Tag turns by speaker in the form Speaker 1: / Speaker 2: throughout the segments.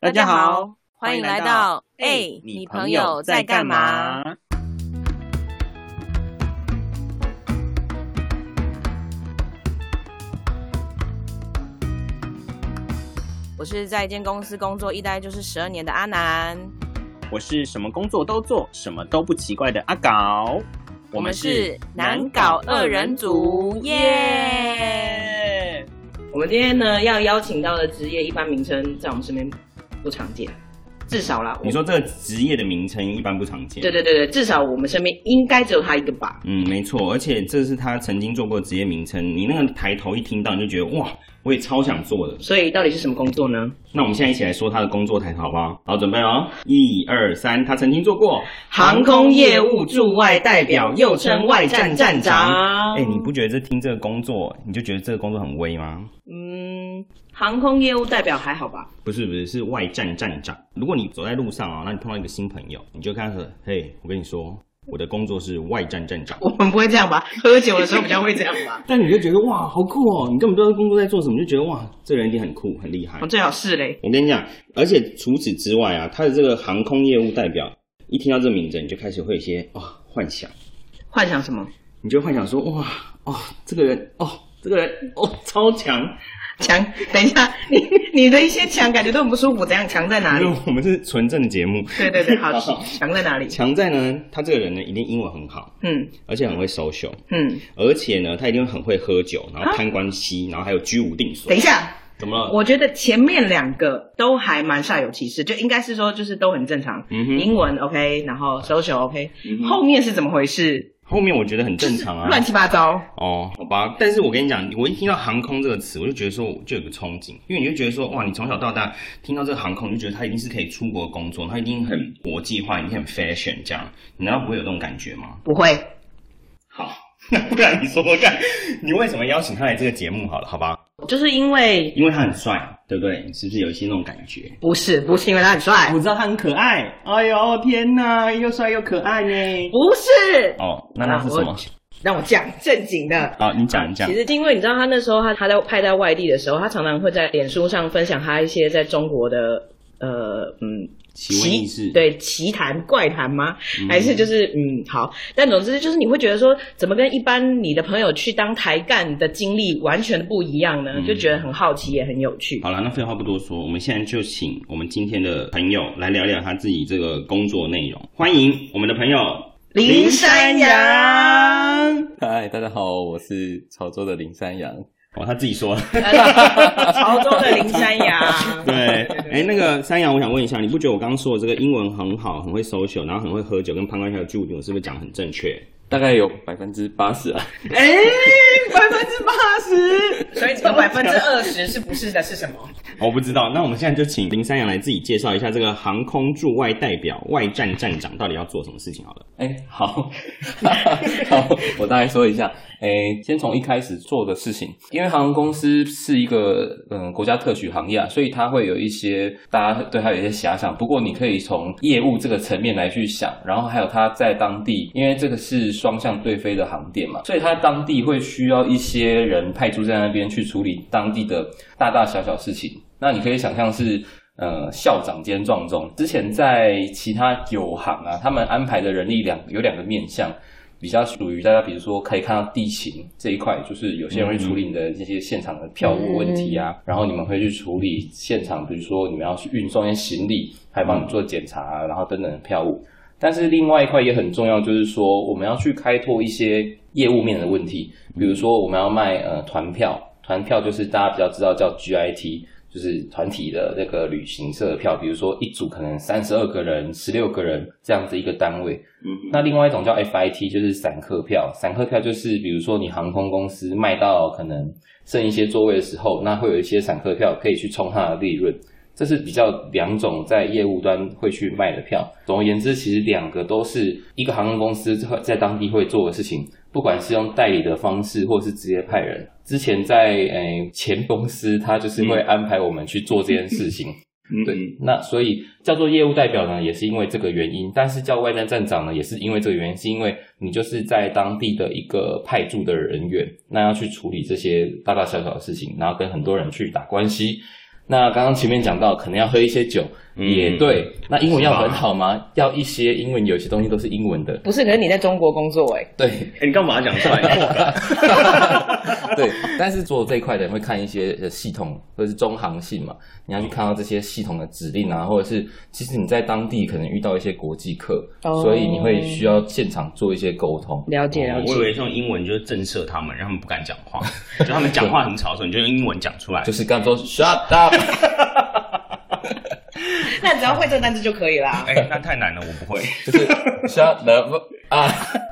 Speaker 1: 大家好，
Speaker 2: 欢迎来到哎，你朋友在干嘛？？我是在一间公司工作一待就是十二年的阿南，
Speaker 1: 我是什么工作都做，什么都不奇怪的阿搞。
Speaker 2: 我们是难搞二人组耶！我们今天呢要邀请到的职业，一般名称在我们身边不常见，至少啦，我
Speaker 3: 你说这个职业的名称一般不常见。
Speaker 2: 对对对对，至少我们身边应该只有他一个吧。
Speaker 3: 嗯，没错，而且这是他曾经做过的职业名称。你那个抬头一听到，你就觉得哇，我也超想做的。
Speaker 2: 所以到底是什么工作呢？
Speaker 3: 那我们现在一起来说他的工作抬头好不好？好，准备哦，一二三，他曾经做过
Speaker 2: 航空业务驻外代表，又称外站站长。
Speaker 3: 哎、你不觉得这听这个工作，你就觉得这个工作很威吗？
Speaker 2: 嗯，航空业务代表还好吧？
Speaker 3: 不是不是，是外站站长。如果你走在路上啊，那你碰到一个新朋友，你就看他说，嘿，我跟你说，我的工作是外站站长。
Speaker 2: 我们不会这样吧？喝酒的时候比较会这样吧？
Speaker 3: 但你就觉得哇，好酷哦！你根本不知道工作在做什么，就觉得哇，这个人一定很酷，很厉害
Speaker 2: 我。最好是嘞。
Speaker 3: 我跟你讲，而且除此之外啊，他的这个航空业务代表，一听到这名字，你就开始会有一些啊、哦、幻想，
Speaker 2: 幻想什么？
Speaker 3: 你就幻想说哇哦，这个人哦，这个人哦超强。
Speaker 2: 强，等一下，你你的一些强感觉都很不舒服，怎样？强在哪
Speaker 3: 因
Speaker 2: 里？
Speaker 3: 为我们是纯正节目，
Speaker 2: 对 对对，好
Speaker 3: 好，
Speaker 2: 强在哪里？
Speaker 3: 强在呢，他这个人呢一定英文很好，
Speaker 2: 嗯
Speaker 3: 而且很会 social，
Speaker 2: 嗯，
Speaker 3: 而且呢他一定很会喝酒，然后攀关系，然后还有居无定所
Speaker 2: 啊等一。下，
Speaker 3: 怎么了？
Speaker 2: 我觉得前面两个都还蛮煞有其事，就应该是说就是都很正常，
Speaker 3: 嗯哼
Speaker 2: 英文 OK，然后 social OK，、
Speaker 3: 嗯哼
Speaker 2: 后面是怎么回事？
Speaker 3: 后面我觉得很正常啊，
Speaker 2: 乱七八糟。
Speaker 3: 哦，好吧，但是我跟你讲，我一听到航空这个词，我就觉得说，我就有个憧憬，因为你就觉得说，哇，你从小到大听到这个航空，你就觉得它一定是可以出国工作，它一定很国际化，一定很 fashion 这样，你难道不会有这种感觉吗？
Speaker 2: 不会，
Speaker 3: 好， 那不然你说说看，你为什么邀请他来这个节目？好了，好吧，
Speaker 2: 就是因为
Speaker 3: 因为他很帅，对不对？你是不是有一些那种感觉？
Speaker 2: 不是不是因为他很帅，
Speaker 3: 知道他很可爱，哎呦天哪，又帅又可爱呢。
Speaker 2: 不是，
Speaker 3: 哦，那那是什么？
Speaker 2: 让我讲正经的。
Speaker 3: 啊、你讲你讲
Speaker 2: 其。实因为你知道，他那时候他他在派在外地的时候，他常常会在脸书上分享他一些在中国的呃嗯
Speaker 3: 奇闻异事
Speaker 2: 对奇谈怪谈吗？还是就是嗯好，但总之就是你会觉得说，怎么跟一般你的朋友去当台干的经历完全不一样呢？就觉得很嗯好奇，也很有趣。
Speaker 3: 好了，那废话不多说，我们现在就请我们今天的朋友来聊聊他自己这个工作内容。欢迎我们的朋友
Speaker 2: 林山羊，
Speaker 4: 嗨，大家好，我是潮州的林山羊。
Speaker 3: 哦，他自己 说了。
Speaker 2: 呃潮州的林山 羊，
Speaker 3: 对，哎、那个山羊，我想问一下，你不觉得我刚刚说的这个英文很好，很会 social，然后很会喝酒，跟潘冠孝的居我是不是讲得很正确？
Speaker 4: 大概有百分之八十啊，
Speaker 2: 哎，百分之八十，所以这百分之二十是不是的是什么？
Speaker 3: 哦我不知道，那我们现在就请林山羊来自己介绍一下这个航空驻外代表、外站站长到底要做什么事情好了。
Speaker 4: 哎、好， 好，我大概说一下，哎、先从一开始做的事情，因为航空公司是一个嗯国家特许行业啊，所以它会有一些大家对它有一些遐想。不过你可以从业务这个层面来去想，然后还有它在当地，因为这个是双向对飞的航点嘛，所以它当地会需要一些人派驻在那边去处理当地的大大小小事情。那你可以想象是呃校长兼撞钟。之前在其他九行啊，他们安排的人力两有两个面向，比较属于大家，比如说可以看到地形这一块，就是有些人会处理你的这些现场的票务问题啊，然后你们会去处理现场，比如说你们要去运送一些行李，还帮你做检查啊、然后等等的票务。但是另外一块也很重要，就是说我们要去开拓一些业务面的问题，比如说我们要卖呃团票，团票就是大家比较知道叫 GIT，就是团体的那个旅行社的票，比如说一组可能三十二个人、十六个人这样子一个单位。
Speaker 3: 嗯，
Speaker 4: 那另外一种叫 FIT，就是散客票。散客票就是比如说你航空公司卖到可能剩一些座位的时候，那会有一些散客票可以去冲它的利润。这是比较两种在业务端会去卖的票。总而言之，其实两个都是一个航空公司在当地会做的事情，不管是用代理的方式，或是直接派人。之前在诶、呃前公司，他就是会安排我们去做这件事情。
Speaker 3: 嗯
Speaker 4: 对，嗯那所以叫做业务代表呢，也是因为这个原因；但是叫外站站长呢，也是因为这个原因，是因为你就是在当地的一个派驻的人员，那要去处理这些大大小小的事情，然后跟很多人去打关系。那刚刚前面讲到，可能要喝一些酒，
Speaker 3: 嗯
Speaker 4: 也对。那英文要很好吗？要一些英文，有些东西都是英文的，
Speaker 2: 不是，可是你在中国工作哎、
Speaker 4: 对。
Speaker 3: 哎、你干嘛讲出来？
Speaker 4: 对，但是做这一块的人会看一些呃系统或者是中行性嘛，你要去看到这些系统的指令啊，或者是其实你在当地可能遇到一些国际课，
Speaker 2: 哦
Speaker 4: 所以你会需要现场做一些沟通。
Speaker 2: 了解了
Speaker 3: 哦我以
Speaker 2: 解。
Speaker 3: 为用英文就是震慑他们，让他们不敢讲话。 就他们讲话很吵的时候，你就用英文讲出来
Speaker 4: 就。是刚说 shut up，
Speaker 2: 那只要会这个单词就可以啦。
Speaker 3: 哎、那太难了，我 不会。
Speaker 4: 就是 shut up 啊，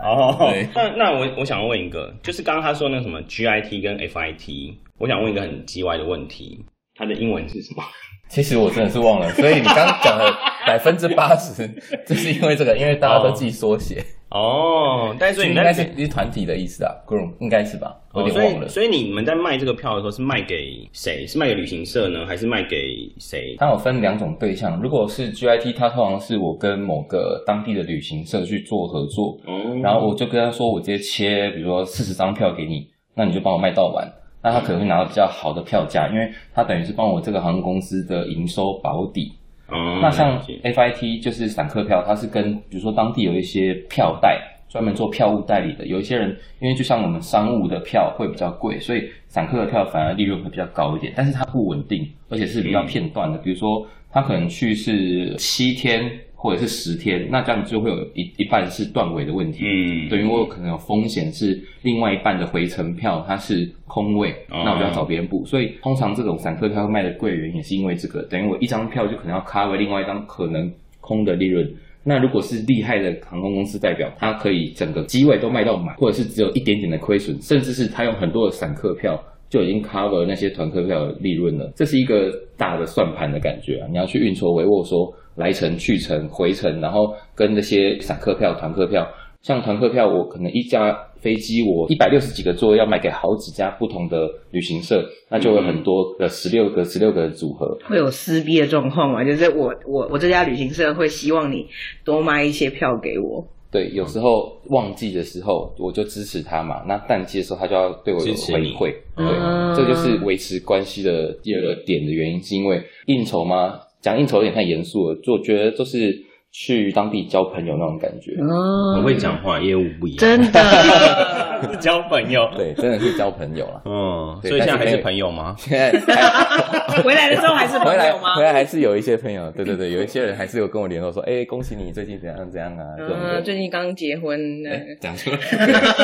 Speaker 3: 哦
Speaker 4: 对
Speaker 3: 那那我我想问一个，就是刚刚他说那什么 GIT 跟 FIT，我想问一个很叽歪的问题，它的英文是什么？
Speaker 4: 其实我真的是忘了，所以你刚刚讲的百分之八十，就是因为这个，因为大家都记缩写，
Speaker 3: 哦，但是所
Speaker 4: 所
Speaker 3: 以
Speaker 4: 以
Speaker 3: 你
Speaker 4: 应
Speaker 3: 在
Speaker 4: 该是是团体的意思啊，group 应该是吧？我
Speaker 3: 哦
Speaker 4: 有
Speaker 3: 所
Speaker 4: 点忘了
Speaker 3: 以，所以你们在卖这个票的时候是卖给谁？是卖给旅行社呢，还是卖给谁？
Speaker 4: 它有分两种对象，如果是 GIT，它通常是我跟某个当地的旅行社去做合作，
Speaker 3: 哦
Speaker 4: 然后我就跟他说，我直接切，比如说四十张票给你，那你就帮我卖到完。那他可能会拿到比较好的票价，因为他等于是帮我这个航空公司的营收保底。
Speaker 3: 哦
Speaker 4: 那像
Speaker 3: 了解
Speaker 4: FIT 就是散客票，它是跟比如说当地有一些票代专门做票务代理的，有一些人因为就像我们商务的票会比较贵，所以散客的票反而利润会比较高一点，但是它不稳定，而且是比较
Speaker 3: 嗯
Speaker 4: 片段的，比如说他可能去是七天或者是十天，那这样就会有一一半是断尾的问题。
Speaker 3: 嗯
Speaker 4: 对，因为我有可能有风险是另外一半的回程票它是空位，
Speaker 3: 哦
Speaker 4: 那我就要找别人补。所以通常这种散客票卖的贵的原因也是因为这个，等于我一张票就可能要 cover 另外一张可能空的利润。那如果是厉害的航空公司代表，它可以整个机位都卖到满，或者是只有一点点的亏损，甚至是它用很多的散客票就已经 cover 那些团客票的利润了。这是一个大的算盘的感觉啊！你要去运筹帷幄，说来程、去程、回程，然后跟那些散客票、团客票像团客票，我可能一架飞机，我一百六十几个座位要卖给好几家不同的旅行社，那就有
Speaker 3: 嗯
Speaker 4: 很多呃十六个、十六个组合。
Speaker 2: 会有撕逼的状况嘛？就是我我我这家旅行社会希望你多卖一些票给我，
Speaker 4: 对，有时候旺季的时候我就支持他嘛，那淡季的时候他就要对我有
Speaker 3: 支持
Speaker 4: 回
Speaker 3: 你
Speaker 4: 馈。对，
Speaker 2: 嗯
Speaker 4: 这就是维持关系的第二个点的原因，是因为应酬嘛，讲应酬有点太严肃了，就我觉得就是去当地交朋友那种感觉。
Speaker 2: 嗯，
Speaker 3: 很会讲话，业务不一样，
Speaker 2: 真的
Speaker 3: 是交朋友。
Speaker 4: 对，真的是交朋 友啦。
Speaker 3: 嗯，
Speaker 4: 对
Speaker 3: 所以现在还
Speaker 4: 但是
Speaker 3: 是
Speaker 4: 没有
Speaker 3: 朋友吗？
Speaker 4: 现在还
Speaker 2: 回来的时候 还是朋
Speaker 4: 回来
Speaker 2: 友吗
Speaker 4: 回？来还是有一些朋友，对 对对，有一些人还是有跟我联络说，哎、恭喜你最近怎样怎样啊，这种的。
Speaker 2: 嗯，最近刚结婚的
Speaker 4: 哎讲 出来，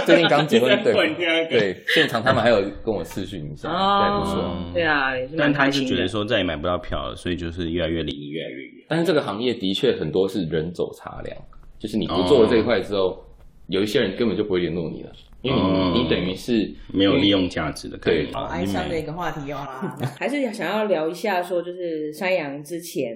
Speaker 4: 最近刚结婚，对
Speaker 3: 混天梗
Speaker 4: 对，现场他们还有跟我视讯一下，对，不错。
Speaker 2: 哦，对啊，也是蛮
Speaker 3: 但他
Speaker 2: 开
Speaker 3: 就
Speaker 2: 心
Speaker 3: 觉
Speaker 2: 的
Speaker 3: 得。说再也买不到票了，所以就是越来越离越来越远。
Speaker 4: 但是这个行业的确很多是人走茶凉，就是你不做了这一块之后，有一些人根本就不会联络你了，因为你、
Speaker 3: 哦
Speaker 4: 你等于是
Speaker 3: 没有利用价值的，可以
Speaker 4: 对
Speaker 2: 哦
Speaker 3: 吧
Speaker 2: 个话题哦、 还是想要聊一下，说就是山羊之前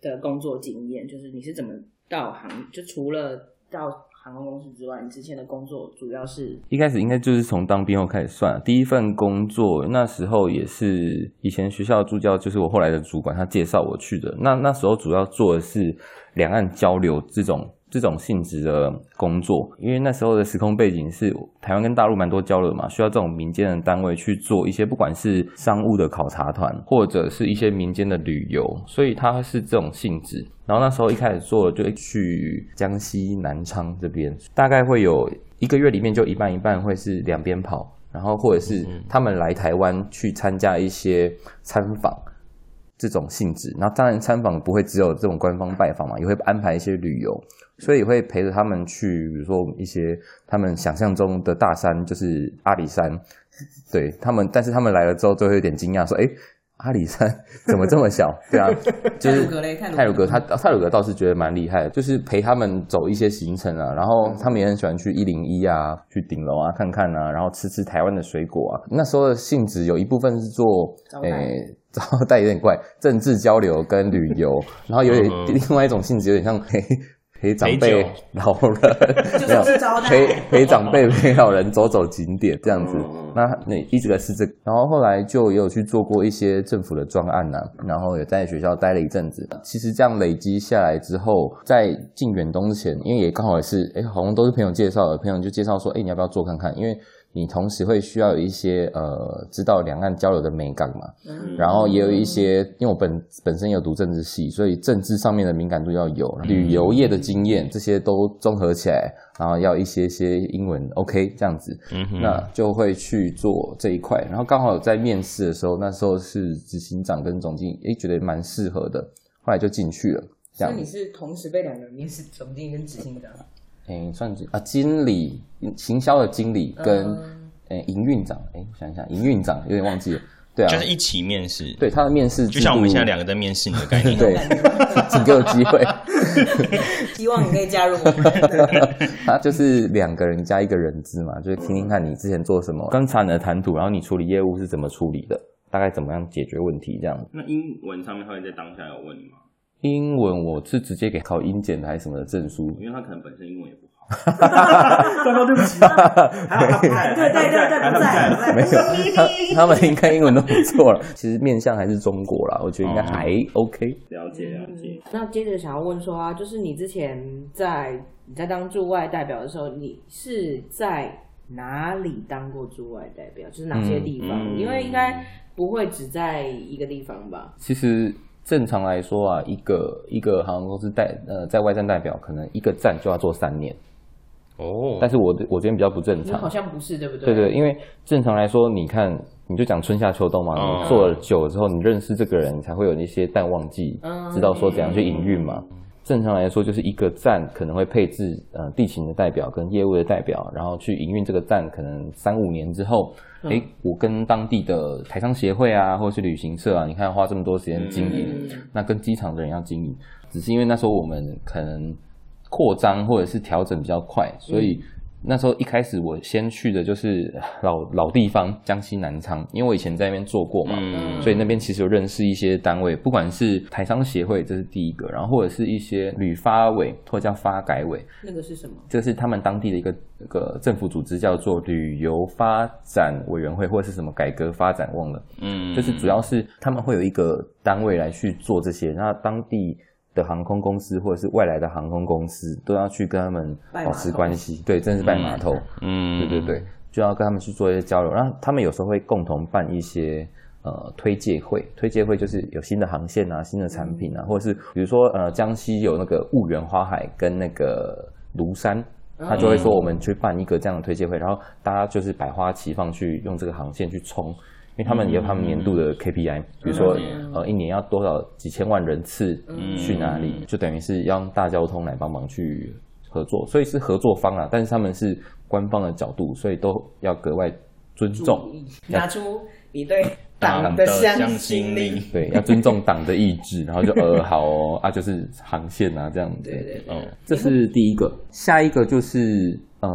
Speaker 2: 的工作经验，就是你是怎么到航，就除了到航空公司之外，你之前的工作主要是
Speaker 4: 一开始应该就是从当兵后开始算，第一份工作那时候也是以前学校助教，就是我后来的主管，他介绍我去的。那那时候主要做的是两岸交流这种这种性质的工作，因为那时候的时空背景是台湾跟大陆蛮多交流嘛，需要这种民间的单位去做一些不管是商务的考察团，或者是一些民间的旅游，所以它是这种性质。然后那时候一开始做就去江西南昌这边，大概会有一个月里面就一半一半会是两边跑，然后或者是他们来台湾去参加一些参访这种性质。那当然参访不会只有这种官方拜访嘛，也会安排一些旅游，所以会陪着他们去，比如说一些他们想象中的大山，就是阿里山。对他们，但是他们来了之后就会有点惊讶，说：“哎，阿里山 怎么这么小？”对啊，就是
Speaker 2: 嘞，泰
Speaker 4: 泰鲁格他泰鲁格倒是觉得蛮厉害的，就是陪他们走一些行程啊，然后他们也很喜欢去一零一啊，去顶楼啊看看啊，然后吃吃台湾的水果啊。那时候的性质有一部分是做
Speaker 2: 招待
Speaker 4: 诶。 招待有点怪，政治交流跟旅游，然后有点
Speaker 3: 嗯
Speaker 4: 另外一种性质，有点像陪陪长
Speaker 3: 陪
Speaker 4: 辈
Speaker 3: 酒、
Speaker 4: 老人，没有
Speaker 2: 招啊
Speaker 4: 陪陪长辈、陪老人走走景点这样子
Speaker 3: 嗯嗯。
Speaker 4: 那那一直是这个，然后后来就也有去做过一些政府的专案呐、然后也在学校待了一阵子。其实这样累积下来之后，在进远东之前，因为也刚好也是，哎，好像都是朋友介绍的，朋友就介绍说，哎，你要不要做看看？因为你同时会需要有一些呃知道两岸交流的美感嘛，
Speaker 2: 嗯
Speaker 4: 然后也有一些，因为我本本身有读政治系，所以政治上面的敏感度要有，
Speaker 3: 嗯
Speaker 4: 旅游业的经验这些都综合起来，然后要一些些英文 OK 这样子，
Speaker 3: 嗯哼
Speaker 4: 那就会去做这一块。然后刚好有在面试的时候，那时候是执行长跟总经理，诶，觉得蛮适合的，后来就进去了。这
Speaker 5: 那
Speaker 4: 样
Speaker 5: 你是同时被两个人面试，总经理跟执行长，
Speaker 4: 诶，算是啊，经理，行销的经理跟
Speaker 5: 嗯
Speaker 4: 诶营运长，诶，我想一想，营运长有点忘记了，对啊，
Speaker 3: 就是一起面试，
Speaker 4: 对，他的面试
Speaker 3: 就像我们
Speaker 4: 制度
Speaker 3: 现在两个在面试你的概念，
Speaker 4: 对， 请给我机会。
Speaker 5: 希望你可以加入我们。
Speaker 4: 他啊就是两个人加一个人资嘛，就是听听看你之前做什么，观察你的谈吐，然后你处理业务是怎么处理的，大概怎么样解决问题这样。
Speaker 3: 那英文上面他会在当下有问你吗？
Speaker 4: 英文我是直接给考英检的还是什么的证书，
Speaker 3: 因为他可能本身英文也不好。
Speaker 5: 对对对对，不在不在。
Speaker 4: 没有，他他们应该英文都不错了。 其实面向还是中国啦，我觉得应该还 OK。
Speaker 3: 了解了解，
Speaker 5: 嗯那接着想要问说啊，就是你之前在你在当驻外代表的时候，你是在哪里当过驻外代表？就是哪些地方？
Speaker 3: 嗯嗯
Speaker 5: 因为应该不会只在一个地方吧？
Speaker 4: 其实正常来说啊，一个一个航空公司代呃在外站代表，可能一个站就要做三年。
Speaker 3: 哦
Speaker 4: 但是我我觉得比较不正
Speaker 5: 你
Speaker 4: 常
Speaker 5: 好，像不是，对不对？
Speaker 4: 对对，因为正常来说，你看你就讲春夏秋冬嘛，
Speaker 3: 哦
Speaker 4: 你做了久了之后，你认识这个人，你才会有那些淡旺季，
Speaker 5: 嗯
Speaker 4: 知道说怎样去营运嘛。正常来说，就是一个站可能会配置呃地勤的代表跟业务的代表，然后去营运这个站。可能三五年之后，
Speaker 5: 嗯
Speaker 4: 诶，我跟当地的台商协会啊，或者是旅行社啊，你看花这么多时间
Speaker 5: 嗯
Speaker 4: 经营，那跟机场的人要经营，只是因为那时候我们可能扩张或者是调整比较快，所以那时候一开始我先去的就是老老地方江西南昌，因为我以前在那边做过嘛，
Speaker 3: 嗯
Speaker 4: 所以那边其实有认识一些单位，不管是台商协会，这是第一个，然后或者是一些旅发委或者叫发改委，
Speaker 5: 那个是什么？
Speaker 4: 这是他们当地的一个一个政府组织，叫做旅游发展委员会或是什么改革发展忘了。
Speaker 3: 嗯
Speaker 4: 就是主要是他们会有一个单位来去做这些，那当地的航空公司或者是外来的航空公司都要去跟他们
Speaker 5: 拜
Speaker 4: 保
Speaker 5: 码
Speaker 4: 持
Speaker 5: 头
Speaker 4: 关系，对，真的是拜码头，
Speaker 3: 嗯
Speaker 4: 对对对，就要跟他们去做一些交流。然后他们有时候会共同办一些呃推介会，推介会就是有新的航线啊、新的产品
Speaker 5: 嗯
Speaker 4: 啊，或者是比如说呃江西有那个婺源花海跟那个庐山。
Speaker 5: 嗯
Speaker 4: 他就会说我们去办一个这样的推介会，然后大家就是百花齐放去用这个航线去冲，因为他
Speaker 3: 嗯
Speaker 4: 们也有他们年度的 KPI，比如说
Speaker 5: 嗯
Speaker 4: 呃一年要多少几千万人次去哪里，就等于是要让大交通来帮忙去合作，所以是合作方啊，但是他们是官方的角度，所以都要格外尊重，
Speaker 5: 拿出你对
Speaker 3: 党
Speaker 5: 党
Speaker 3: 的
Speaker 5: 的
Speaker 3: 向
Speaker 5: 向
Speaker 3: 心
Speaker 5: 心
Speaker 3: 力
Speaker 5: 力。
Speaker 4: 对，要尊重党的意 志，然后就呃好哦啊就是航线啊这样子，
Speaker 5: 对对对，
Speaker 3: 哦，
Speaker 4: 这是第一个，下一个就是呃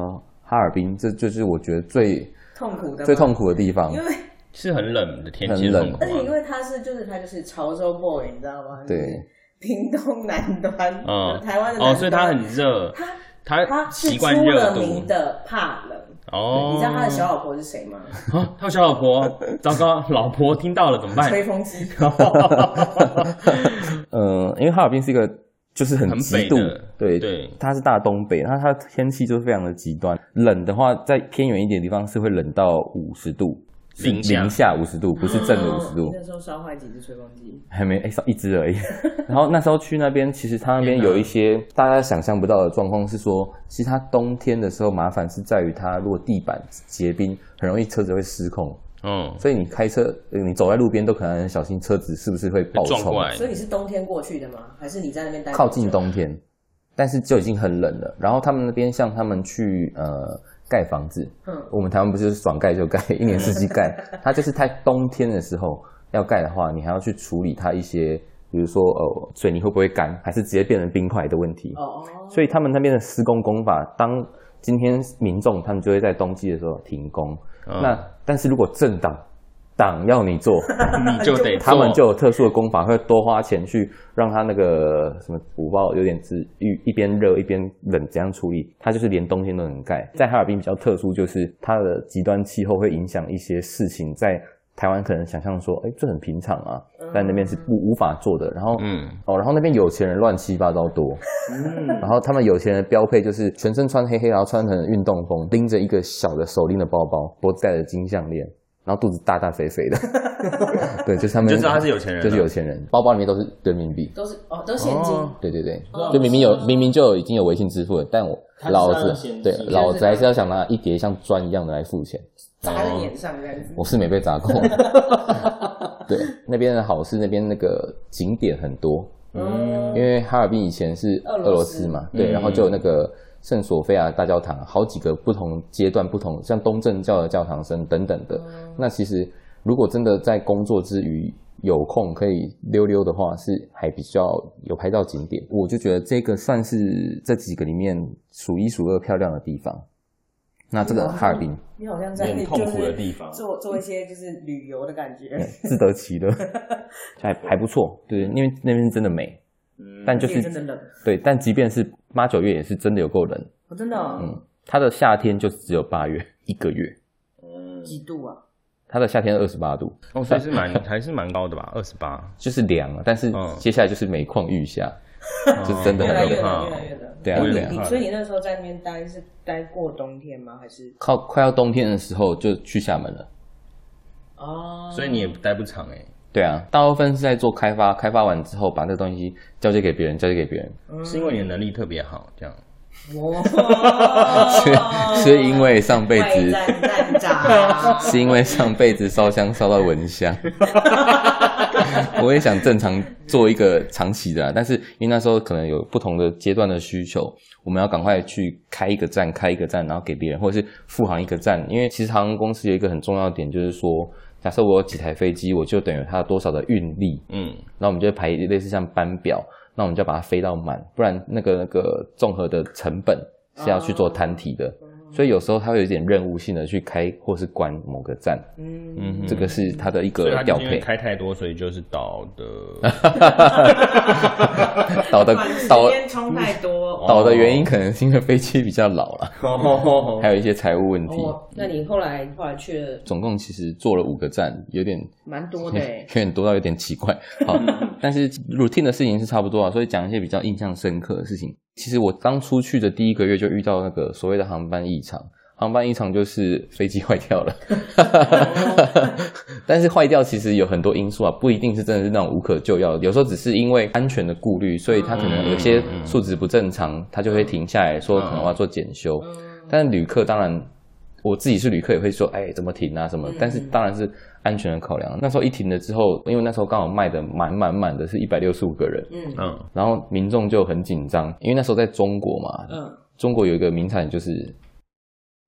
Speaker 4: 哈尔滨，这就是我觉得最
Speaker 5: 痛苦的吗
Speaker 4: 最痛，苦的地方
Speaker 5: 因。为
Speaker 3: 是很冷的天气，
Speaker 4: 很冷
Speaker 3: 很
Speaker 5: 而且因
Speaker 3: 冷。
Speaker 5: 为他是就是他就是潮州 boy，你知道吗？
Speaker 4: 对，
Speaker 5: 屏东南端，
Speaker 3: 嗯，
Speaker 5: 台湾的
Speaker 3: 哦，
Speaker 5: 南
Speaker 3: 所以
Speaker 5: 端
Speaker 3: 他很热，
Speaker 5: 他
Speaker 3: 他
Speaker 5: 他是
Speaker 3: 哎习
Speaker 5: 出
Speaker 3: 惯热
Speaker 5: 了
Speaker 3: 度
Speaker 5: 名。的怕冷。
Speaker 3: 哦，
Speaker 5: 你知道他的小老婆是谁吗？
Speaker 3: 啊，他有小老 婆，糟糕，老婆听到了怎么办？
Speaker 5: 吹风机。
Speaker 4: 呃，因为哈尔滨是一个就是很
Speaker 3: 很
Speaker 4: 极
Speaker 3: 北
Speaker 4: 度
Speaker 3: 的，
Speaker 4: 对
Speaker 3: 对
Speaker 4: 它是大东北，那它天气就是非常的极端。冷的话，在偏远一点的地方是会冷到五十度，是
Speaker 3: 零下
Speaker 4: 零下五十度，不是正的五十
Speaker 5: 哦
Speaker 4: 度
Speaker 5: 你，
Speaker 2: 嗯
Speaker 5: 那时候烧坏几只吹风机？
Speaker 4: 还没哎少一只而已。 然后那时候去那边，其实它那边有一些大家想象不到的状况是说，其实它冬天的时候麻烦是在于它如果地板结冰，很容易车子会失控，
Speaker 3: 嗯，
Speaker 4: 所以你开车呃你走在路边都可能很小心车子是不是会爆
Speaker 3: 撞
Speaker 4: 冲
Speaker 3: 过。来
Speaker 5: 所，以你是冬天过去的吗？还是你在那边待？
Speaker 4: 靠近。冬天，但是就已经很冷了。然后他们那边像他们去呃盖房子，
Speaker 5: 嗯
Speaker 4: 我们台湾不是爽盖就 盖，一年四季盖，它就是在冬天的时候要盖的话，你还要去处理它一些，比如说呃水泥会不会干，还是直接变成冰块的问题。
Speaker 5: 哦，
Speaker 4: 所以他们那边的施工工法，当今天民众他们就会在冬季的时候停工。
Speaker 3: 嗯
Speaker 4: 那但是如果政党党要你做，
Speaker 3: 你就得
Speaker 4: 他们
Speaker 3: 做
Speaker 4: 就有特殊的功法，会多花钱去让他那个什么五报有点治愈，一边热一边冷，怎样处理？它就是连冬天都能盖。在哈尔滨比较特殊，就是它的极端气候会影响一些事情在台湾可能想象说，哎、这很平常啊，
Speaker 3: 嗯
Speaker 4: 但那边是不无法做的。然后，
Speaker 6: 嗯，
Speaker 4: 哦，然后那边有钱人乱七八糟多，然后他们有钱人的标配就是全身穿黑黑，然后穿成运动风，拎着一个小的手拎的包包，脖子戴着金项链，然后肚子大大 肥肥的，对，就是他们
Speaker 3: 就知道他是有钱人啊了
Speaker 4: 就是有钱人，包包里面都是人民币。
Speaker 5: 都是哦，都是现金。
Speaker 4: 对对对
Speaker 5: 哦，
Speaker 4: 就明明有明明就有已经有微信支付了，但我
Speaker 7: 啊他就是要
Speaker 4: 老
Speaker 7: 让
Speaker 4: 子
Speaker 7: 钱
Speaker 4: 对
Speaker 7: 进去
Speaker 4: 老子还是要想拿一叠像砖一样的来付钱。
Speaker 2: 砸在脸上这样子。
Speaker 4: 我是没被 砸过。对，那边的好是那边那个景点很多，
Speaker 3: 哦
Speaker 5: 嗯
Speaker 2: 哦
Speaker 4: 因为哈尔滨以前是
Speaker 5: 俄罗斯
Speaker 4: 俄罗斯嘛，对，
Speaker 3: 嗯
Speaker 4: 然后就有那个圣索菲亚大教堂，好几个不同阶段不同，像东正教的教堂生等等的。
Speaker 5: 哦
Speaker 4: 那其实如果真的在工作之余有空可以溜溜的话，是还比较有拍到景点。我就觉得这个算是这几个里面数一数二漂亮的地方。那这个哈尔滨
Speaker 7: 你好像在
Speaker 3: 很痛苦的地方嗯
Speaker 7: 就是做做一些就是旅游的感觉，
Speaker 4: 自得 其乐，还还不错，对，因为那边是真的美，
Speaker 3: 嗯
Speaker 4: 但就
Speaker 7: 而且
Speaker 4: 是
Speaker 7: 真的冷，
Speaker 4: 对，但即便是八九月也是真的有够冷，
Speaker 7: 我真的哦
Speaker 4: 嗯，它的夏天就只有八月一个月，
Speaker 3: 嗯
Speaker 7: 几度啊？
Speaker 4: 它的夏天二十八度，
Speaker 3: 哦，所以是 蛮还是蛮高的吧，二十八，
Speaker 4: 就是凉了，但是
Speaker 3: 嗯
Speaker 4: 接下来就是每况愈下， 就真
Speaker 3: 啊
Speaker 4: 的
Speaker 7: 越
Speaker 3: 哦
Speaker 7: 来
Speaker 4: 很
Speaker 7: 越
Speaker 4: 可怕，
Speaker 7: 冷，越来越冷。
Speaker 2: 哦
Speaker 4: 对啊
Speaker 7: 哎
Speaker 4: 对
Speaker 7: 你
Speaker 4: 啊
Speaker 7: 你所以你那时候在那边待是待过冬天吗？还是
Speaker 4: 靠快要冬天的时候就去厦门了。
Speaker 7: 哦？
Speaker 3: 所以你也待不长哎。
Speaker 4: 对啊，大部分是在做开发，开发完之后把这东西交接给别人，交接给别人，
Speaker 3: 是因为你的能力特别好，这样。
Speaker 7: 哇
Speaker 4: 是是因为上辈
Speaker 7: 外
Speaker 4: 子，
Speaker 7: 战烂渣
Speaker 4: 是因为上辈子烧香烧到蚊香。 我也想正常做一个长期的啊，但是因为那时候可能有不同的阶段的需求，我们要赶快去开一个站，开一个站，然后给别人，或者是复航一个站。因为其实航空公司有一个很重要的点，就是说，假设我有几台飞机，我就等于它有多少的运力，
Speaker 3: 嗯，
Speaker 4: 那我们就会排类似像班表，那我们就要把它飞到满，不然那个那个综合的成本是要去做摊提的，
Speaker 3: 哦
Speaker 4: 所以有时候它会有一点任务性的去开或是关某个站，
Speaker 7: 嗯，
Speaker 3: 嗯哼
Speaker 4: 这个是它的一
Speaker 3: 所以
Speaker 4: 个
Speaker 3: 他就
Speaker 4: 调
Speaker 3: 是因为
Speaker 4: 配。
Speaker 3: 开太多，所以就是倒 的。
Speaker 4: 倒的
Speaker 7: 短时
Speaker 4: 倒
Speaker 7: 间冲太多。
Speaker 4: 倒的原因可能是因为飞机比较老了，
Speaker 3: 哦
Speaker 4: 还有一些财务问题。
Speaker 7: 哦，
Speaker 5: 那你后来后来去了
Speaker 4: 总共其实做了五个站，有点
Speaker 7: 蛮多的欸
Speaker 4: 有点多到有点奇怪。好， 但是 routine 的事情是差不多啊，所以讲一些比较印象深刻的事情。其实我刚出去的第一个月就遇到那个所谓的航班异常，航班异常就是飞机坏掉了。 但是坏掉其实有很多因素啊，不一定是真的是那种无可救药的，有时候只是因为安全的顾虑，所以它可能有些数值不正常，它就会停下来说可能我要做检修。
Speaker 7: 嗯
Speaker 4: 但是旅客当然，我自己是旅客也会说，哎，怎么停啊什么？但是当然是安全的考量。那时候一停了之后，因为那时候刚好卖的满满满的是一百六十五个人，
Speaker 3: 嗯，
Speaker 4: 然后民众就很紧张，因为那时候在中国嘛，
Speaker 7: 嗯，
Speaker 4: 中国有一个名产就是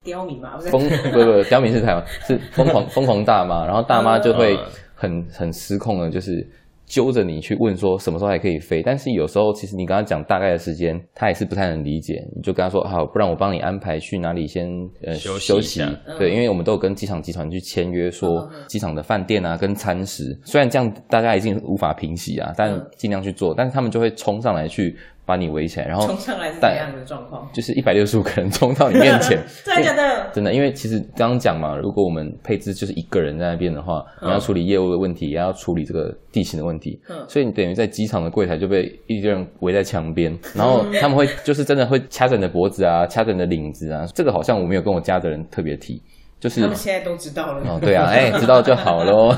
Speaker 7: 刁民嘛，不是
Speaker 4: 疯，不不，刁民是台湾，是疯狂疯狂大妈，然后大妈就会
Speaker 3: 嗯
Speaker 4: 很很失控的，就是揪着你去问说什么时候还可以飞，但是有时候其实你跟他讲大概的时间，他也是不太能理解，你就跟他说好，不然我帮你安排去哪里先呃
Speaker 3: 休息
Speaker 4: 休
Speaker 3: 一下嗯
Speaker 4: 对，因为我们都有跟机场集团去签约，说机场的饭店啊跟餐食，虽然这样大家已经无法平息啊，但尽量去做，但是他们就会冲上来去把你围起来，然后
Speaker 7: 冲上来是怎样的状况？
Speaker 4: 就是一百六十五个人冲到你面前。
Speaker 7: 真的假的？
Speaker 4: 真的，因为其实刚刚讲嘛，如果我们配置就是一个人在那边的话，你要处理业务的问题，也要处理这个地形的问题，啊
Speaker 7: 嗯
Speaker 4: 所以你等于在机场的柜台就被一堆人围在墙边，然
Speaker 7: 嗯
Speaker 4: 后他们会就是真的会掐着你的脖子啊，掐着你的领子啊，这个好像我没有跟我家的人特别提，就是
Speaker 7: 他们现在都知道了。
Speaker 4: 哦，对 啊，哎、知道就好喽，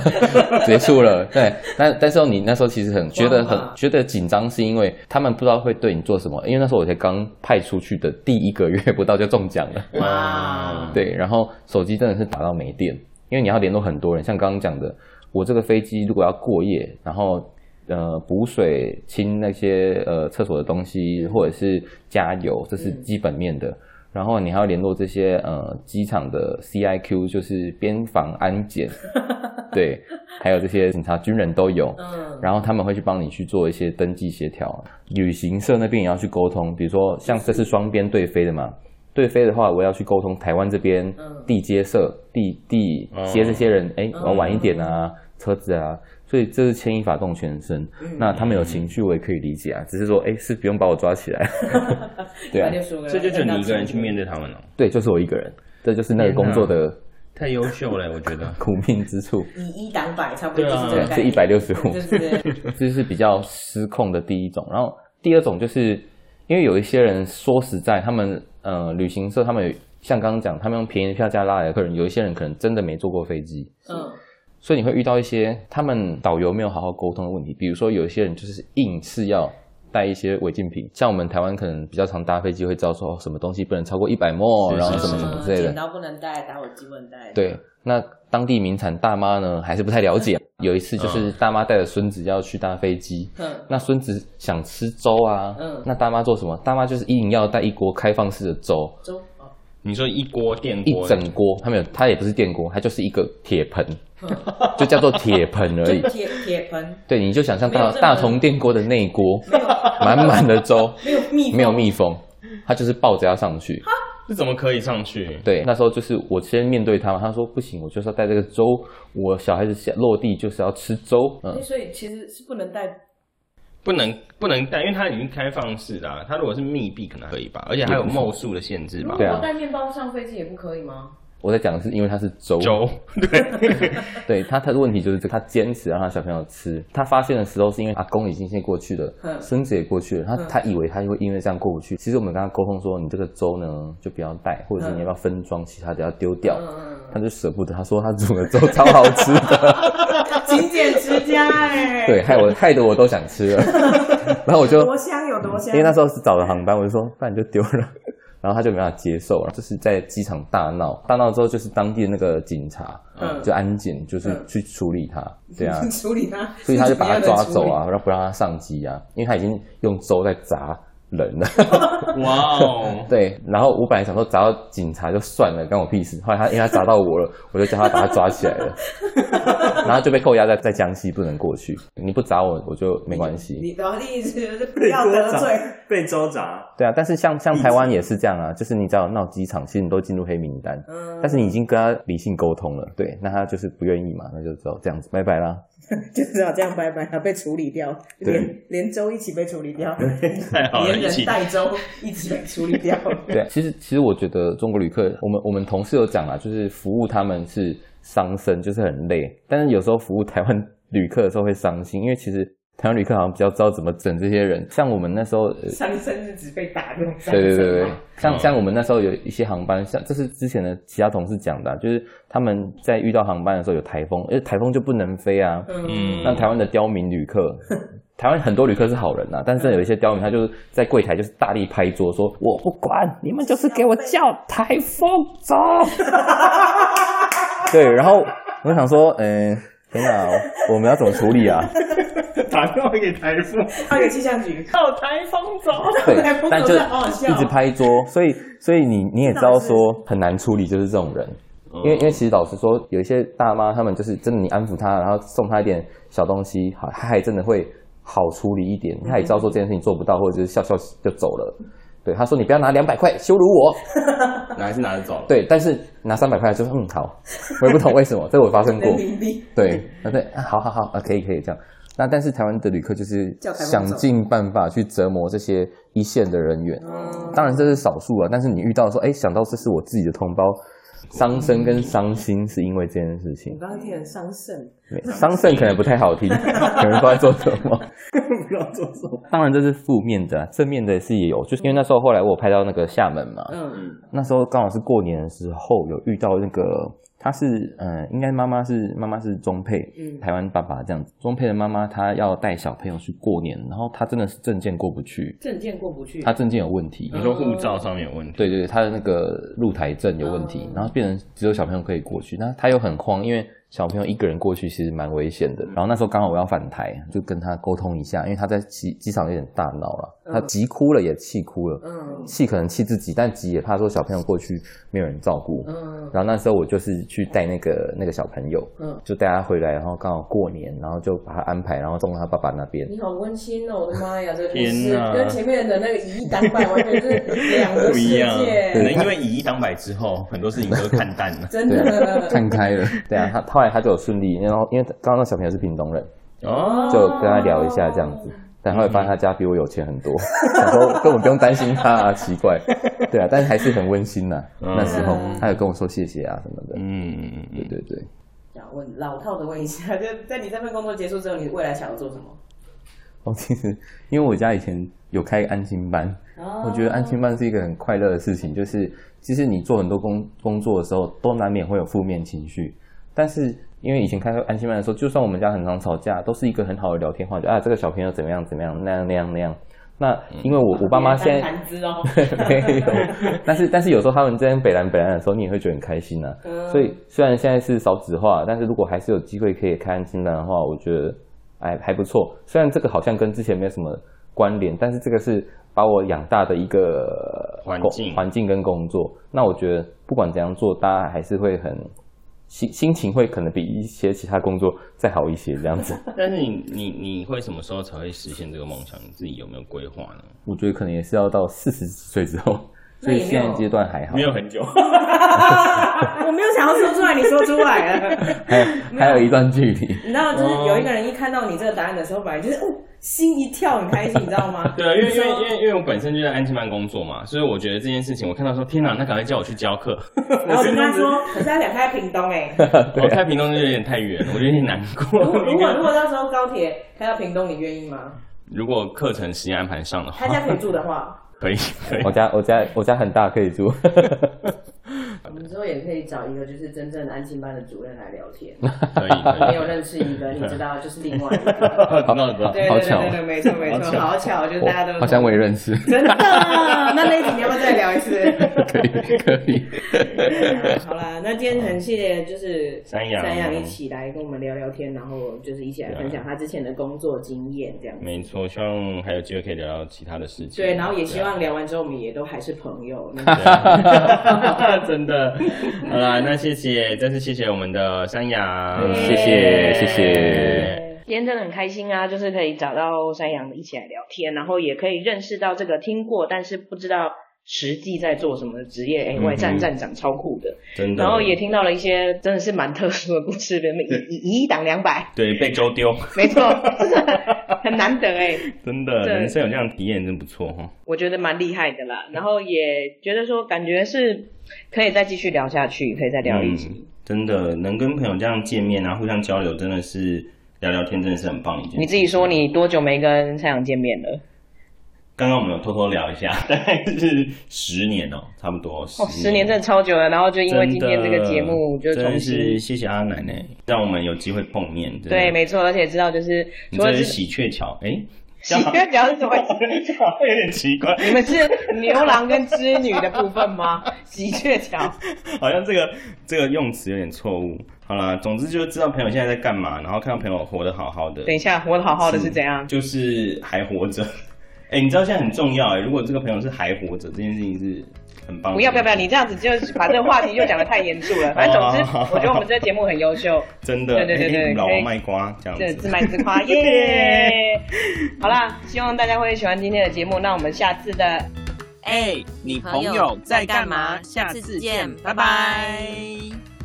Speaker 4: 结束了。对，但但是你那时候其实很觉得很
Speaker 7: 慌吧
Speaker 4: 觉得紧张，是因为他们不知道会对你做什么，因为那时候我才刚派出去的第一个月不到就中奖了。
Speaker 7: 哇，
Speaker 4: 对，然后手机真的是打到没电，因为你要联络很多人，像刚刚讲的，我这个飞机如果要过夜，然后呃补水、清那些呃厕所的东西，或者是加油，这是基本面的。然后你还要联络这些呃机场的 CIQ，就是边防安检，对，还有这些警察、军人都有。
Speaker 7: 嗯，
Speaker 4: 然后他们会去帮你去做一些登记协调，旅行社那边也要去沟通，比如说像这是双边对飞的嘛，对飞的话，我要去沟通台湾这边
Speaker 7: 嗯
Speaker 4: 地接社、地地接这些人，哎、我要晚一点啊，车子啊，所以这是牵一发动全身。那他们有情绪，我也可以理解啊，只是说，哎，是不用把我抓起来， 对啊，
Speaker 7: 165个人
Speaker 3: 所以就只有你一个人去面对他们了。
Speaker 4: 对，就是我一个人，这就是那个工作的
Speaker 3: 太优秀了，我觉得。
Speaker 4: 苦命之处，
Speaker 7: 以一挡百，差不多就是这
Speaker 4: 对
Speaker 3: 啊
Speaker 7: 个，概
Speaker 4: 是一
Speaker 7: 念
Speaker 4: 百六十五。
Speaker 7: 对对对，
Speaker 4: 这是比较失控的第一种。然后第二种就是因为有一些人说实在，他们呃旅行社他们有像刚刚讲，他们用便宜的票价拉来的客人，有一些人可能真的没坐过飞机，
Speaker 2: 嗯，
Speaker 4: 所以你会遇到一些他们导游没有好好沟通的问题。比如说有一些人就是硬是要。带一些违禁品，像我们台湾可能比较常搭飞机会知道说、哦什么东西不能超过一百墨，
Speaker 3: 是
Speaker 4: 然后
Speaker 3: 是
Speaker 4: 什么什么之类的
Speaker 2: 啊
Speaker 7: 剪。刀不能带，打火机不能带。
Speaker 4: 对，那当地名产大妈呢还是不太了解。有一次
Speaker 3: 啊
Speaker 4: 就是大妈带着孙子要去搭飞机，
Speaker 2: 嗯，
Speaker 4: 那孙子想吃粥啊，
Speaker 2: 嗯
Speaker 4: 那大妈做什么？大妈就是一定要带一锅开放式的粥，
Speaker 7: 粥哦
Speaker 3: 你说一锅电
Speaker 4: 一
Speaker 3: 锅，
Speaker 4: 整锅，它没有，它也不是电锅，它就是一个铁盆，就叫做铁盆而已。
Speaker 7: 铁铁盆
Speaker 4: 对，你就想象
Speaker 7: 没有
Speaker 4: 大
Speaker 7: 这么
Speaker 4: 大同电锅的内锅，满满的粥，
Speaker 7: 没有密封
Speaker 4: 没有密封，它就是抱着要上去。
Speaker 3: 这怎么可以上去？
Speaker 4: 对，那时候就是我先面对他嘛，他说不行，我就是要带这个粥，我小孩子下落地就是要吃粥，嗯
Speaker 7: 哎，所以其实是不能带。
Speaker 3: 不能不能带，因为它已经开放式的、啊，它如果是密闭可能可以吧，而且还有墨数的限制吧
Speaker 7: 如。
Speaker 4: 对
Speaker 7: 果
Speaker 4: 啊
Speaker 7: 带面包上飞机也不可以吗？
Speaker 4: 我在讲的是因为它是
Speaker 3: 粥，
Speaker 4: 对他，他的问题就是这个，他坚持让他小朋友吃。他发现的时候是因为阿公已经先过去了，
Speaker 7: 嗯
Speaker 4: 孙子也过去了，他他以为他会因为这样过不去。其实我们跟他沟通说，你这个粥呢就不要带，或者是
Speaker 7: 嗯
Speaker 4: 你要不要分装，其他的要丢掉。
Speaker 7: 嗯，
Speaker 4: 他就舍不得，他说他煮的粥超好吃 的，
Speaker 7: 勤俭持家哎。
Speaker 4: 对，害我害得我都想吃 了。然后我就
Speaker 7: 多香有多香
Speaker 4: 因为那时候是早的航班，我就说不然你就丢了。然后他就没办法接受，然后就是在机场大闹，大闹之后就是当地的那个警察，
Speaker 7: 嗯
Speaker 4: 就安检，就是
Speaker 7: 嗯
Speaker 4: 去处理他，对啊，
Speaker 7: 处理他，
Speaker 4: 所以他就把他抓走啊，然后不让他上机啊，因为他已经用粥在砸人了。
Speaker 3: 哇哦！
Speaker 4: 对，然后我本来想说砸到警察就算了，关我屁事。后来他因为他砸到我了， 我就叫他把他抓起 来了，然后就被扣押在在江西不能过去。你不砸我，我就没关系。
Speaker 7: 你的意思就是不要得罪，
Speaker 8: 被周砸，
Speaker 4: 对啊，但是像像台湾也是这样啊，就是你只要闹机场，其实你都进入黑名单。
Speaker 7: 嗯，
Speaker 4: 但是你已经跟他理性沟通了，对，那他就是不愿意嘛，那就只有这样子，拜拜啦。
Speaker 7: 就只好这样拜拜，他被处理掉，
Speaker 4: 对
Speaker 7: 连连粥一起被处理掉，
Speaker 3: 太好了，
Speaker 7: 连
Speaker 3: 一起
Speaker 7: 人带粥一起被处理掉。
Speaker 4: 对，其实其实我觉得中国旅客，我们我们同事有讲啊，就是服务他们是伤身，就是很累，但是有时候服务台湾 旅客的时候会伤心，因为其实台湾旅客好像比较知道怎么整这些人，像我们那时候。呃
Speaker 7: 上身是指被打那种上
Speaker 4: 对
Speaker 7: 身啊
Speaker 4: 对对对
Speaker 7: 吗，
Speaker 4: 像像我们那时候有一些航班，像这是之前的其他同事讲的啊、就是他们在遇到航班的时候有台风，因为台风就不能飞啊，
Speaker 7: 嗯
Speaker 3: 嗯
Speaker 4: 那台湾的刁民 旅客，台湾很多旅客是好人呐、但是有一些刁民，他就是在柜台就是大力拍桌
Speaker 7: 嗯
Speaker 4: 说：“我不管，你们就是给我叫台风 走。”对，然后我想说，嗯、天哪，我们要怎么处 理啊？
Speaker 3: 打电话给台风，
Speaker 7: 那个气象局到台风走，
Speaker 4: 对
Speaker 7: 台，风
Speaker 4: 但
Speaker 7: 走
Speaker 4: 就
Speaker 7: 真的好好笑，
Speaker 4: 一直拍桌，所以所以你你也知道说很难处理，就是这种人。因为因为其实老实说，有一些大妈她们就是真的，你安抚她，然后送她一点小东西，好，她还真的会好处理一点。她也知道说这件事情做不到，或者就是笑笑就走了。对，她说你不要拿两百块羞辱我。
Speaker 3: 拿哦是拿得走。
Speaker 4: 对，但是拿三百块就说嗯好，我也不懂为什么，这我发生过
Speaker 7: 人。民币
Speaker 4: 对，啊对，啊好好好啊，可以可以这样。那但是台湾的旅客就是
Speaker 7: 叫台风
Speaker 4: 想
Speaker 7: 走嗯
Speaker 4: 尽办法去折磨这些一线的人员，当然这是少数啊。但是你遇到说，哎，想到这是我自己的同胞，伤身跟伤心是因为这件事情
Speaker 7: 我。刚刚听很伤肾，
Speaker 4: 没桑葚可能不太 好听，可能不知道在做什么，
Speaker 8: 不知道做什么。
Speaker 4: 当然这是负面的啊，正面的也是也有，就是因为那时候后来我有拍到那个厦门嘛，
Speaker 7: 嗯，
Speaker 4: 那时候刚好是过年的时候，有遇到那个她是呃，应该妈妈是妈妈是中配，
Speaker 7: 嗯
Speaker 4: 台湾爸爸这样子，中配的妈妈她要带小朋友去过年，然后她真的是证件过不去，
Speaker 7: 证件过不去
Speaker 4: 她，证件有问题，
Speaker 8: 嗯
Speaker 3: 你说护照上面有问题？
Speaker 4: 对对，对，他的那个入台证有问题，
Speaker 7: 哦
Speaker 4: 然后变成只有小朋友可以过去，那他又很慌，因为小朋友一个人过去其实蛮危险的。然后那时候刚好我要返台，就跟他沟通一下，因为他在机机场有点大闹了，他急哭了也气哭了，
Speaker 7: 嗯
Speaker 4: 气可能气自己，但急也怕说小朋友过去没有人照顾。
Speaker 7: 嗯
Speaker 4: 然后那时候我就是去带那个那个小朋友，
Speaker 7: 嗯，
Speaker 4: 就带他回来，然后刚好过年，然后就把他安排，然后送到他爸爸那边。
Speaker 7: 你好温馨哦，我的妈呀，这个故
Speaker 3: 天
Speaker 7: 事
Speaker 3: 哪
Speaker 7: 跟前面的那个以一挡百完全是两个
Speaker 3: 不
Speaker 7: 世
Speaker 3: 一
Speaker 7: 界，。
Speaker 3: 样，啊可能因为以一当百之后，很多事情都看淡 了
Speaker 7: 真
Speaker 4: 对
Speaker 7: 的
Speaker 4: 啊，看开了。对啊，他后来他就有顺利，然后因为刚刚那小朋友是屏东人，
Speaker 3: 哦，
Speaker 4: 就跟他聊一下这样子。但后来发现他家比我有钱很多，然后根本不用担心他啊，奇怪，对啊，但是还是很温馨呐、
Speaker 3: 嗯
Speaker 4: 那时候他有跟我说谢谢啊什么的，
Speaker 3: 嗯嗯
Speaker 4: 对
Speaker 3: 嗯，
Speaker 4: 对对，
Speaker 5: 想问老套的问一下，就在你这份工作结束之后，你未来想要做什么？
Speaker 4: 哦，其实因为我家以前有开安心班，我觉得
Speaker 7: 啊
Speaker 4: 安心班是一个很快乐的事情，就是其实你做很多工工作的时候，都难免会有负面情绪，但是因为以前开安心班的时候，就算我们家很常吵架，都是一个很好的聊天话题，啊，这个小朋友怎么样怎么样，那样那样那样。那因为我我爸妈现在
Speaker 5: 谈资 哦，
Speaker 4: 没有，但是但是有时候他们在北兰北兰的时候，你也会觉得很开心呐、啊
Speaker 5: 嗯
Speaker 4: 所以 虽然现在是少子化，但是如果还是有机会可以开安心班的话，我觉得还还不错。虽然这个好像跟之前没有什么关联，但是这个是把我养大的一个
Speaker 3: 环
Speaker 4: 工
Speaker 3: 境
Speaker 4: 环境跟工作。那我觉得不管怎样做，大家还是会很心心情会可能比一些其他工作再好一些这 样子。
Speaker 3: 但是你你你会什么时候才会实现这个梦想？你自己有没有规划呢？
Speaker 4: 我觉得可能也是要到四十几岁之后，所
Speaker 5: 那也
Speaker 4: 以
Speaker 5: 没有
Speaker 4: 现在阶段还好，
Speaker 3: 很久，？
Speaker 5: 我没有想要说出来，你说出来 了。
Speaker 4: 还有还有一段距离。
Speaker 5: 你知道，就是有一个人一看到你这个答案的时候，本来就是哦，心一跳，很开心，你知道吗
Speaker 3: 对啊，因为因
Speaker 5: 你
Speaker 3: 为
Speaker 5: 说
Speaker 3: 因为因为我本身就在安亲班工作嘛，所以我觉得这件事情，我看到说天哪，那赶快叫我去教 课，
Speaker 5: 然后我就跟他说，可是他想开屏东哎、
Speaker 3: 我开屏东就有点太远了，我就有点难过。
Speaker 5: 如果如果如果到时候高铁开到屏东，你愿意吗？
Speaker 3: 如果课程时间安排上的
Speaker 5: 他
Speaker 3: 话，
Speaker 5: 家可以住的 话，
Speaker 3: 可以 可以
Speaker 4: 我。家我家我家很大，可以住。
Speaker 5: 我们之后也可以找一个就是真正的安心班的主任来聊 天。
Speaker 3: 可以，可
Speaker 5: 没
Speaker 3: 以。
Speaker 5: 有认识一个，你知道就是另外一 个。
Speaker 3: 知道知道。
Speaker 5: 对
Speaker 4: 好
Speaker 5: 对
Speaker 4: 巧
Speaker 5: 对对对，没错没
Speaker 3: 好
Speaker 5: 错，
Speaker 3: 巧
Speaker 5: 好巧，就是
Speaker 4: 我
Speaker 5: 大家都
Speaker 4: 好像我也认识，
Speaker 5: 真 的。那那一集你要不要再聊一次？
Speaker 4: 可以可以。
Speaker 5: 好啦，那今天很谢谢就是
Speaker 3: 三羊
Speaker 5: 三羊一起来跟我们聊聊天，然后就是一起来分享他之前的工作经验这样子。
Speaker 3: 没错，希望还有机会可以聊聊其他的事情。
Speaker 5: 对，然后也希望聊完之后我们也都还是朋友。那
Speaker 3: 对啊。 真的，好啦，那谢谢，再次谢谢我们的山羊，
Speaker 4: 嗯谢谢谢谢，
Speaker 2: 今天真的很开心啊，就是可以找到山羊一起来聊天，然后也可以认识到这个听过但是不知道实际在做什么的职业。哎、外
Speaker 3: 嗯
Speaker 2: 站
Speaker 3: 哼
Speaker 2: 站长超酷的，
Speaker 3: 真的。
Speaker 2: 然后也听到了一些真的是蛮特殊的故事，比如 一一一挡两百，
Speaker 3: 对被周丢，
Speaker 2: 没错， 真的很难得哎、
Speaker 3: 真的，
Speaker 2: 对
Speaker 3: 人生有这样的体验真不错哈。
Speaker 2: 我觉得蛮厉害的啦。然后也觉得说，感觉是可以再继续聊下去，可以再聊一集。
Speaker 3: 嗯，真的能跟朋友这样见面啊，互相交流，真的是聊聊天，真的是很棒一件事。
Speaker 2: 你自己说，你多久没跟山羊见面了？
Speaker 3: 刚刚我们有偷偷聊一下， 大概是十年哦，差不多
Speaker 2: 哦，十年真的超久了。然后就因为今天这个节目，就
Speaker 3: 真的
Speaker 2: 重
Speaker 3: 真是
Speaker 2: 新
Speaker 3: 谢谢阿奶奶，让我们有机会碰面。真的
Speaker 2: 对，，没错，而且知道就是
Speaker 3: 你
Speaker 2: 除了
Speaker 3: 这
Speaker 2: 是
Speaker 3: 是喜鹊桥，哎，
Speaker 2: 喜鹊桥是什么意思？
Speaker 3: 有点奇怪，
Speaker 2: 你们是牛郎跟织女的部分吗？ 喜鹊桥。
Speaker 3: 好像这个这个用词有点错误。好啦，总之就是知道朋友现在在干嘛，然后看到朋友活得好好的，
Speaker 2: 等一下，活得好好的是怎
Speaker 3: 嗯
Speaker 2: 样？
Speaker 3: 就是还活着。哎、你知道现在很重要哎、如果这个朋友是还活着，这件事情是很棒的。
Speaker 2: 不要不要不要！你这样子就是把这个话题又讲得太 严肃了。反正总之，
Speaker 3: 哦
Speaker 2: 我觉得我们这个节目很优秀，
Speaker 3: 真的，
Speaker 2: 对对对
Speaker 3: 哎
Speaker 2: 对
Speaker 3: 哎老
Speaker 2: 可以
Speaker 3: 王卖瓜这样
Speaker 2: 这自
Speaker 3: 子。
Speaker 2: 卖自 夸耶！好啦，希望大家会喜欢今天的节目。那我们下次的
Speaker 9: 哎，你朋友在干嘛？下次见，拜拜